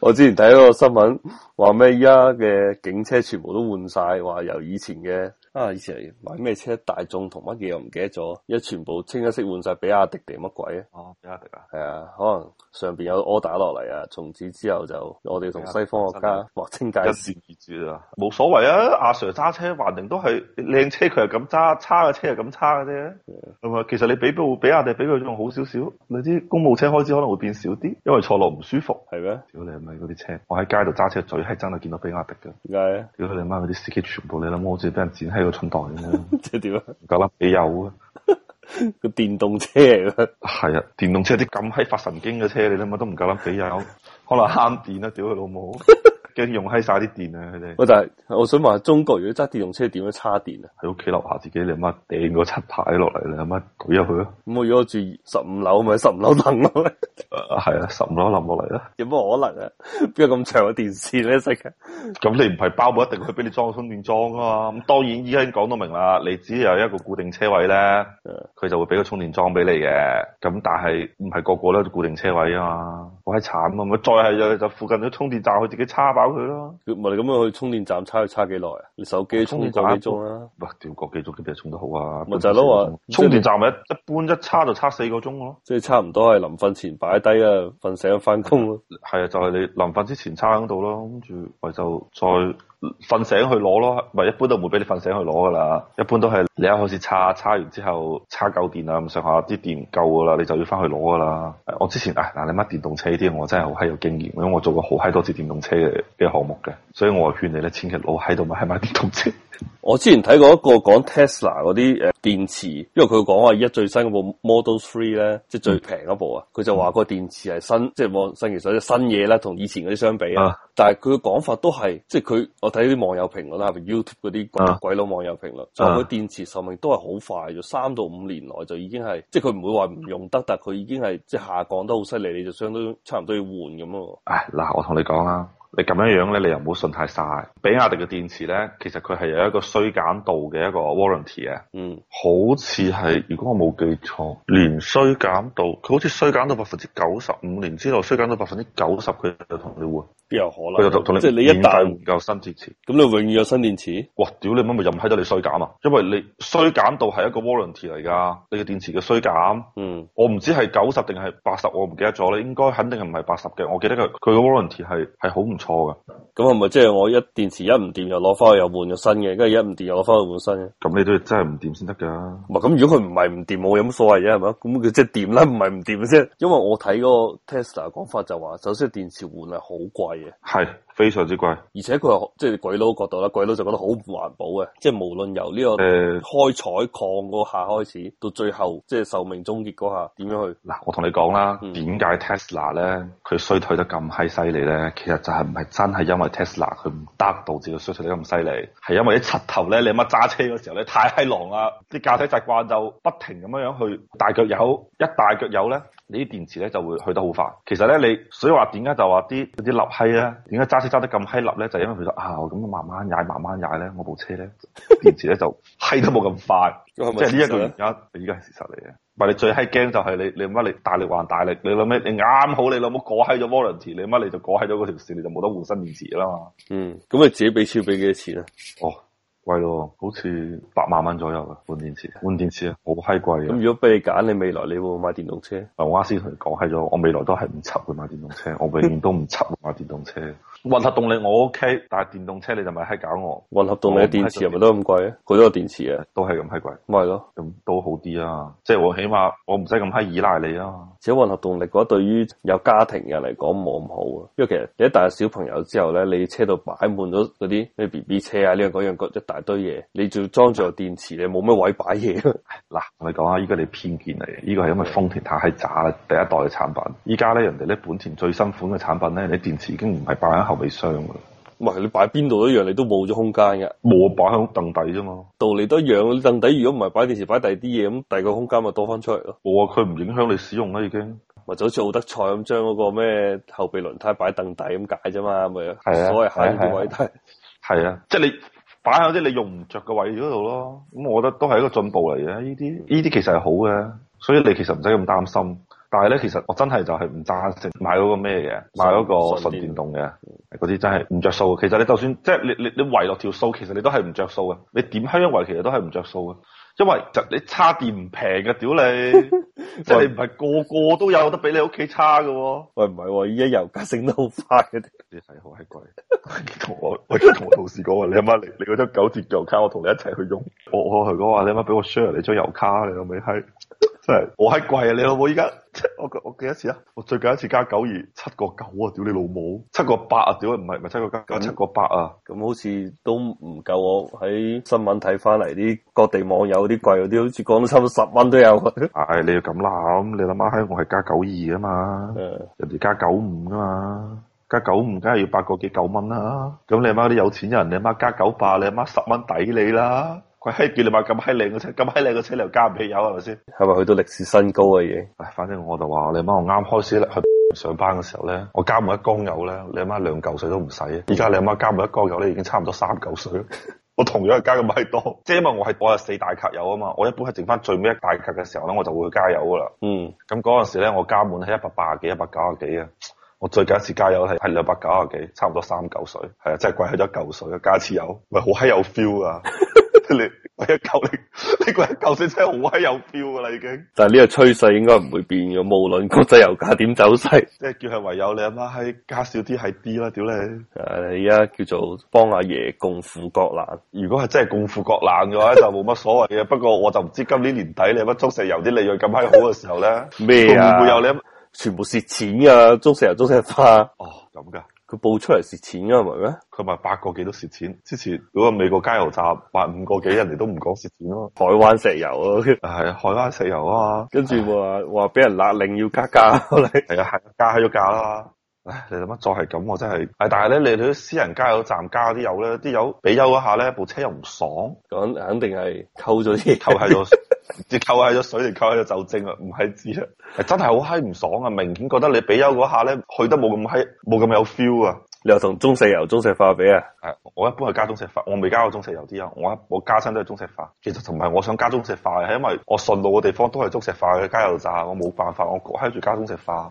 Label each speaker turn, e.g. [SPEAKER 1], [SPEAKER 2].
[SPEAKER 1] 我之前睇嗰個新聞話咩，依家嘅警車全部都換晒，話由以前嘅啊，以前係買咩車大眾同乜嘢我唔記得咗，而家全部清一色換晒比亞迪定乜鬼啊！
[SPEAKER 2] 哦，比亞迪啊，
[SPEAKER 1] 係啊，可能上邊有 order 落嚟啊，從此之後就我哋同西方國家劃清 界
[SPEAKER 2] 一
[SPEAKER 1] 線。
[SPEAKER 2] 視而至啊，冇所謂啊。阿 Sir 揸車還定都係靚車，佢係咁揸，差嘅車係咁差嘅啫。咁啊，其實你俾部比亞迪俾佢仲好少少，你啲公務車開支可能會變少啲，因為坐落唔舒服。
[SPEAKER 1] 係咩？
[SPEAKER 2] 屌你咪嗰啲車，我喺街度揸車最係真係見到比亞迪嘅。
[SPEAKER 1] 點解咧？
[SPEAKER 2] 屌佢哋媽嗰啲司機全部你諗好似俾人剪喺個春袋咁 樣，
[SPEAKER 1] 即係點啊？
[SPEAKER 2] 唔夠膽俾有啊！
[SPEAKER 1] 個電動車嚟嘅，
[SPEAKER 2] 係啊，電動車啲咁閪發神經嘅車，你諗下都唔夠膽俾有，可能慳電啊！屌佢老母，驚用閪晒啲電啊！佢哋
[SPEAKER 1] 喂，但係 我想問下，中國如果揸電動車點樣叉電啊？
[SPEAKER 2] 喺屋企樓下自己你媽掟個七牌落嚟，你媽懟入去咯。啊
[SPEAKER 1] 咁我如果我住十五樓，咪喺十五樓等咯？
[SPEAKER 2] 誒係啊，十五樓冧落嚟啦。
[SPEAKER 1] 有乜可能啊？邊有咁長嘅電線咧？識啊嘅
[SPEAKER 2] 咁你唔係包保一定去俾你裝個充電樁啊嘛。咁當然依家已經講到明啦，你只有一個固定車位咧，
[SPEAKER 1] 啊
[SPEAKER 2] 佢就會俾個充電樁俾你嘅。咁但係唔係個個都有固定車位啊嘛，好閪慘啊！咪再係就就附近啲充電站，佢自己叉爆佢咯。
[SPEAKER 1] 佢唔係你咁樣去充電站叉，要叉幾耐啊？你手機充個幾鐘啊啦？
[SPEAKER 2] 哇！屌個幾鐘幾日充得好啊？
[SPEAKER 1] 咪就係咯話
[SPEAKER 2] 充電站咪一一般一叉就叉四個鐘咯。
[SPEAKER 1] 即係差唔多係臨瞓前擺低啊，瞓醒翻工咯。
[SPEAKER 2] 係啊，就係、你臨瞓之前叉喺度咯，跟住咪就再瞓醒去攞咯。咪一般都唔會俾你瞓醒去攞噶啦，一般都係你一開始叉，叉完之後叉夠電啊咁上下，啲電夠噶啦，你就要翻去攞噶啦。誒我之前啊嗱、你乜電動車呢啲我真係好閪有經驗，因為我做過好閪多次電動車嘅嘅項目嘅，所以我係勸你咧，千祈唔好喺度買買電動車。
[SPEAKER 1] 我之前睇過一個講 Tesla 嗰啲誒電池，因為佢講話而家最新嗰部 Model Three 咧，即係
[SPEAKER 2] 嗯
[SPEAKER 1] 最平嗰部啊，佢就話個電池係新，即係望新其實啲新嘢啦，同以前嗰啲相比啊
[SPEAKER 2] 啊。
[SPEAKER 1] 但係佢嘅講法都係，即係佢我睇啲網友評論啦，係咪 YouTube 嗰啲
[SPEAKER 2] 啊
[SPEAKER 1] 鬼佬網友評論，就話佢電池壽命都係好快，就三到五年內就已經係，即係佢唔會話唔用得，但係佢已經係即係下降得好犀利，你就相當於差唔多要換咁咯。
[SPEAKER 2] 唉，嗱，我同你講啦，你咁樣樣咧，你又唔好信太晒。比亞迪嘅電池咧，其實佢係有一個衰減度嘅一個 warranty 啊嘅，
[SPEAKER 1] 嗯，
[SPEAKER 2] 好似係如果我冇記錯，年衰減度，佢好似衰減到百分之九十五年之內，衰減到百分之九十，佢就同你換，
[SPEAKER 1] 邊有
[SPEAKER 2] 佢就
[SPEAKER 1] 可
[SPEAKER 2] 同同
[SPEAKER 1] 能？啊
[SPEAKER 2] 你
[SPEAKER 1] 即係你一
[SPEAKER 2] 免費
[SPEAKER 1] 旦
[SPEAKER 2] 換夠新電池。
[SPEAKER 1] 咁，你永遠有新電池。
[SPEAKER 2] 哇！屌你乜咪任閪得你衰減啊？因為你衰減度係一個 warranty 嚟㗎，你嘅電池嘅衰減。
[SPEAKER 1] 嗯，
[SPEAKER 2] 我唔知係九十定係八十，我唔記得咗咧，應該肯定係唔係八十嘅。我記得佢佢嘅 warranty 係係好唔錯嘅。
[SPEAKER 1] 咁啊係咪即係我一電池一唔掂又攞翻去又換咗新嘅，跟住一唔掂又攞翻去換新嘅？
[SPEAKER 2] 咁你都要真係唔掂先得噶。
[SPEAKER 1] 唔係咁，如果佢唔係唔掂，我有乜所謂啫？係咪？咁啊佢即係掂啦，唔係唔掂啫。因為我睇嗰個 Tesla 講法就話，首先電池換係好貴嘅，
[SPEAKER 2] 係非常之貴。
[SPEAKER 1] 而且佢係即係鬼佬角度啦，鬼佬就覺得好唔環保嘅，即係無論由呢 個
[SPEAKER 2] 誒，
[SPEAKER 1] 開採礦嗰下開始，到最後即係壽命終結嗰下，點樣去？
[SPEAKER 2] 嗱，我同你講啦，
[SPEAKER 1] 嗯
[SPEAKER 2] 點解 Tesla 咧佢衰退得咁閪犀利咧？其實就係唔係真係因為 Tesla 佢唔得導致佢衰退得咁犀利，係因為啲柒頭咧，你乜揸車嗰時候咧太閪狼啦，啲駕駛習慣就不停咁樣樣去大腳油，一大腳油咧，你啲電池咧就會去得好快。其實咧，你所以話點解就話啲嗰啲立閪咧，點解揸車揸得咁閪立咧？就係因為佢就啊，我咁慢慢踩，慢慢踩咧，我部車咧電池咧就閪都冇咁快。 即係呢一啊個原因，依家係事實嚟嘅。唔係你最閪驚就係你你乜你大力還大力，你諗咩？你啱好你老母過閪咗 warranty，你乜你就過閪咗嗰條線，你就冇得換新電池啦嘛。
[SPEAKER 1] 嗯，咁你自己俾錢俾幾多錢啊？
[SPEAKER 2] 哦，貴咯，好似八萬蚊左右嘅換電池，換電池啊，好閪貴
[SPEAKER 1] 咁
[SPEAKER 2] 嘅。
[SPEAKER 1] 如果俾你揀，你未來你會唔會買電動車？
[SPEAKER 2] 嗱我啱先同你講閪咗，我未來都係唔執會買電動車，我永遠都唔執會買電動車。混合動力我 OK，但係電動車你就咪閪搞我，
[SPEAKER 1] 混合動力嘅電池係咪都咁貴啊？佢都有電池啊，
[SPEAKER 2] 都係咁閪貴，
[SPEAKER 1] 咪係咯。
[SPEAKER 2] 咁都好啲啊。即係我起碼我唔使咁閪依賴你啊。
[SPEAKER 1] 而且混合動力嘅話，對於有家庭嘅人嚟講冇咁好啊，因為其實你一大小朋友之後咧，你車度擺滿咗嗰啲咩 B B 車啊，呢樣嗰樣嗰一大堆嘢，你仲要裝住個電池，你冇咩位擺嘢。
[SPEAKER 2] 嗱，同你講啊，依家你偏見嚟嘅，依個係因為豐田太閪渣啦，第一代嘅產品。依家咧，人哋咧本田最新款嘅產品咧，你電池已經唔係擺喺後備箱㗎啦，
[SPEAKER 1] 唔係你擺邊度都一樣，你都冇咗空間嘅。
[SPEAKER 2] 冇擺喺凳底啫嘛。
[SPEAKER 1] 道理都一樣，你凳底如果唔係擺電池，擺第二啲嘢，咁第二個空間咪多翻出嚟咯。
[SPEAKER 2] 冇啊，佢唔影響你使用啦，已經。
[SPEAKER 1] 咪就好似奧德賽咁，將嗰個咩後備輪胎擺凳底咁解啫嘛，咪
[SPEAKER 2] 係啊
[SPEAKER 1] 所謂慳
[SPEAKER 2] 係啊
[SPEAKER 1] 啲位。但係
[SPEAKER 2] 係啊，即係你擺喺啲你用唔着嘅位嗰度咯。咁我覺得都係一個進步嚟嘅。呢啲呢啲其實係好嘅，所以你其實唔使咁擔心。但係咧，其實我真係就係唔贊成買嗰個咩嘅，買嗰個純電動嘅，嗰啲真係唔着數嘅。其實你就算即係你你你圍落條數，其實你都係唔着數嘅。你點香一圍，其實都係唔着數嘅。因為就你叉電唔平嘅，屌 你！即係你唔係個個都有得俾你屋企叉嘅喎、
[SPEAKER 1] 喂，唔係喎，依家油價升得好快嘅，
[SPEAKER 2] 啲係好閪貴。同我我已經同我同事講話，你阿媽你你嗰張九折油卡，我同你一齊去用。我我同佢講話，你阿媽俾我 share 你張油卡，你老味閪，真係我閪貴啊！你老母依家 我我我幾多次啊？我最近一次加九二七個九啊！屌你老母，七個八啊！屌唔係唔係七個九，七個八啊！
[SPEAKER 1] 咁好似都唔夠我喺新聞睇翻嚟啲各地網友啲貴嗰啲，好似講到差唔多十蚊都有。
[SPEAKER 2] 唉、你要咁諗，你諗下閪，我係加九二啊嘛。
[SPEAKER 1] 誒
[SPEAKER 2] 人哋加九五噶嘛，加九五梗係要八個幾九蚊啦。咁你阿媽啲有錢人，你阿媽加九八，你阿媽十蚊抵你啦。佢閪叫你買咁閪靚嘅車，咁閪靚嘅車你又加唔起油係咪先？
[SPEAKER 1] 係咪去到歷史新高啊嘅嘢？
[SPEAKER 2] 唉，反正我就話你阿媽，我啱開始去 上班嘅時候咧，我加滿一缸油咧，你阿媽兩嚿水都唔使。而家你阿媽加滿一缸油咧，已經差唔多三嚿水。 我同樣係加咁閪多，即係因為我係我係四大卡油啊嘛，我一般係剩翻最尾一大卡嘅時候咧，我就會去加油噶啦。
[SPEAKER 1] 嗯，
[SPEAKER 2] 咁嗰陣時咧，我加滿係一百八十幾、一百九十幾啊！我最近一次加油係係兩百九十幾，差唔多三嚿水，係啊，真係貴起咗一嚿水啊！加一次油，咪好閪有 feel 啊！你貴一嚿，你你貴一嚿水真係好閪有 feel 噶啦，已經。
[SPEAKER 1] 但係呢個趨勢應該唔會變嘅，無論國際油價點走勢。
[SPEAKER 2] 即係叫佢唯有你阿媽閪加少啲係啲啦，屌你！
[SPEAKER 1] 誒，而家叫做幫阿爺共赴國難。
[SPEAKER 2] 如果係真係共富國難嘅話，就冇乜所謂嘅。不過我就唔知今年年底你乜中石油啲利潤咁閪好嘅時候咧，
[SPEAKER 1] 咩啊
[SPEAKER 2] 會唔會有你阿媽？
[SPEAKER 1] 全部蝕錢噶，中石油、中石化，
[SPEAKER 2] 哦，咁㗎。
[SPEAKER 1] 佢報出嚟蝕錢噶，係咪咩？
[SPEAKER 2] 佢賣八個幾都蝕錢，之前嗰個美國加油站賣五個幾，人哋都唔講蝕錢咯。
[SPEAKER 1] 海灣石油咯，
[SPEAKER 2] 係海灣石油啊嘛，
[SPEAKER 1] 跟住話話俾人勒令要加價， 後嚟
[SPEAKER 2] 係啊，係加起咗價啦。唉，你諗乜再係咁，我真係。唉，但係咧，你去啲私人加油站加啲油咧，啲油俾油嗰下咧，部車又唔爽，
[SPEAKER 1] 咁肯定係溝咗啲
[SPEAKER 2] 扣喺咗，即係扣喺咗水定扣喺咗酒精啊，唔係知啊，係真係好閪唔爽啊！明顯覺得你俾油嗰下咧，去得冇咁閪，冇咁有 feel 啊！
[SPEAKER 1] 你又同中石油、中石化比啊？
[SPEAKER 2] 係，呃我一般係加中石化，我未加過中石油啲油，我一我加親都係中石化。其實同埋我想加中石化嘅，係因為我順路嘅地方都係中石化嘅加油站，我冇辦法，我焗喺住加中石化。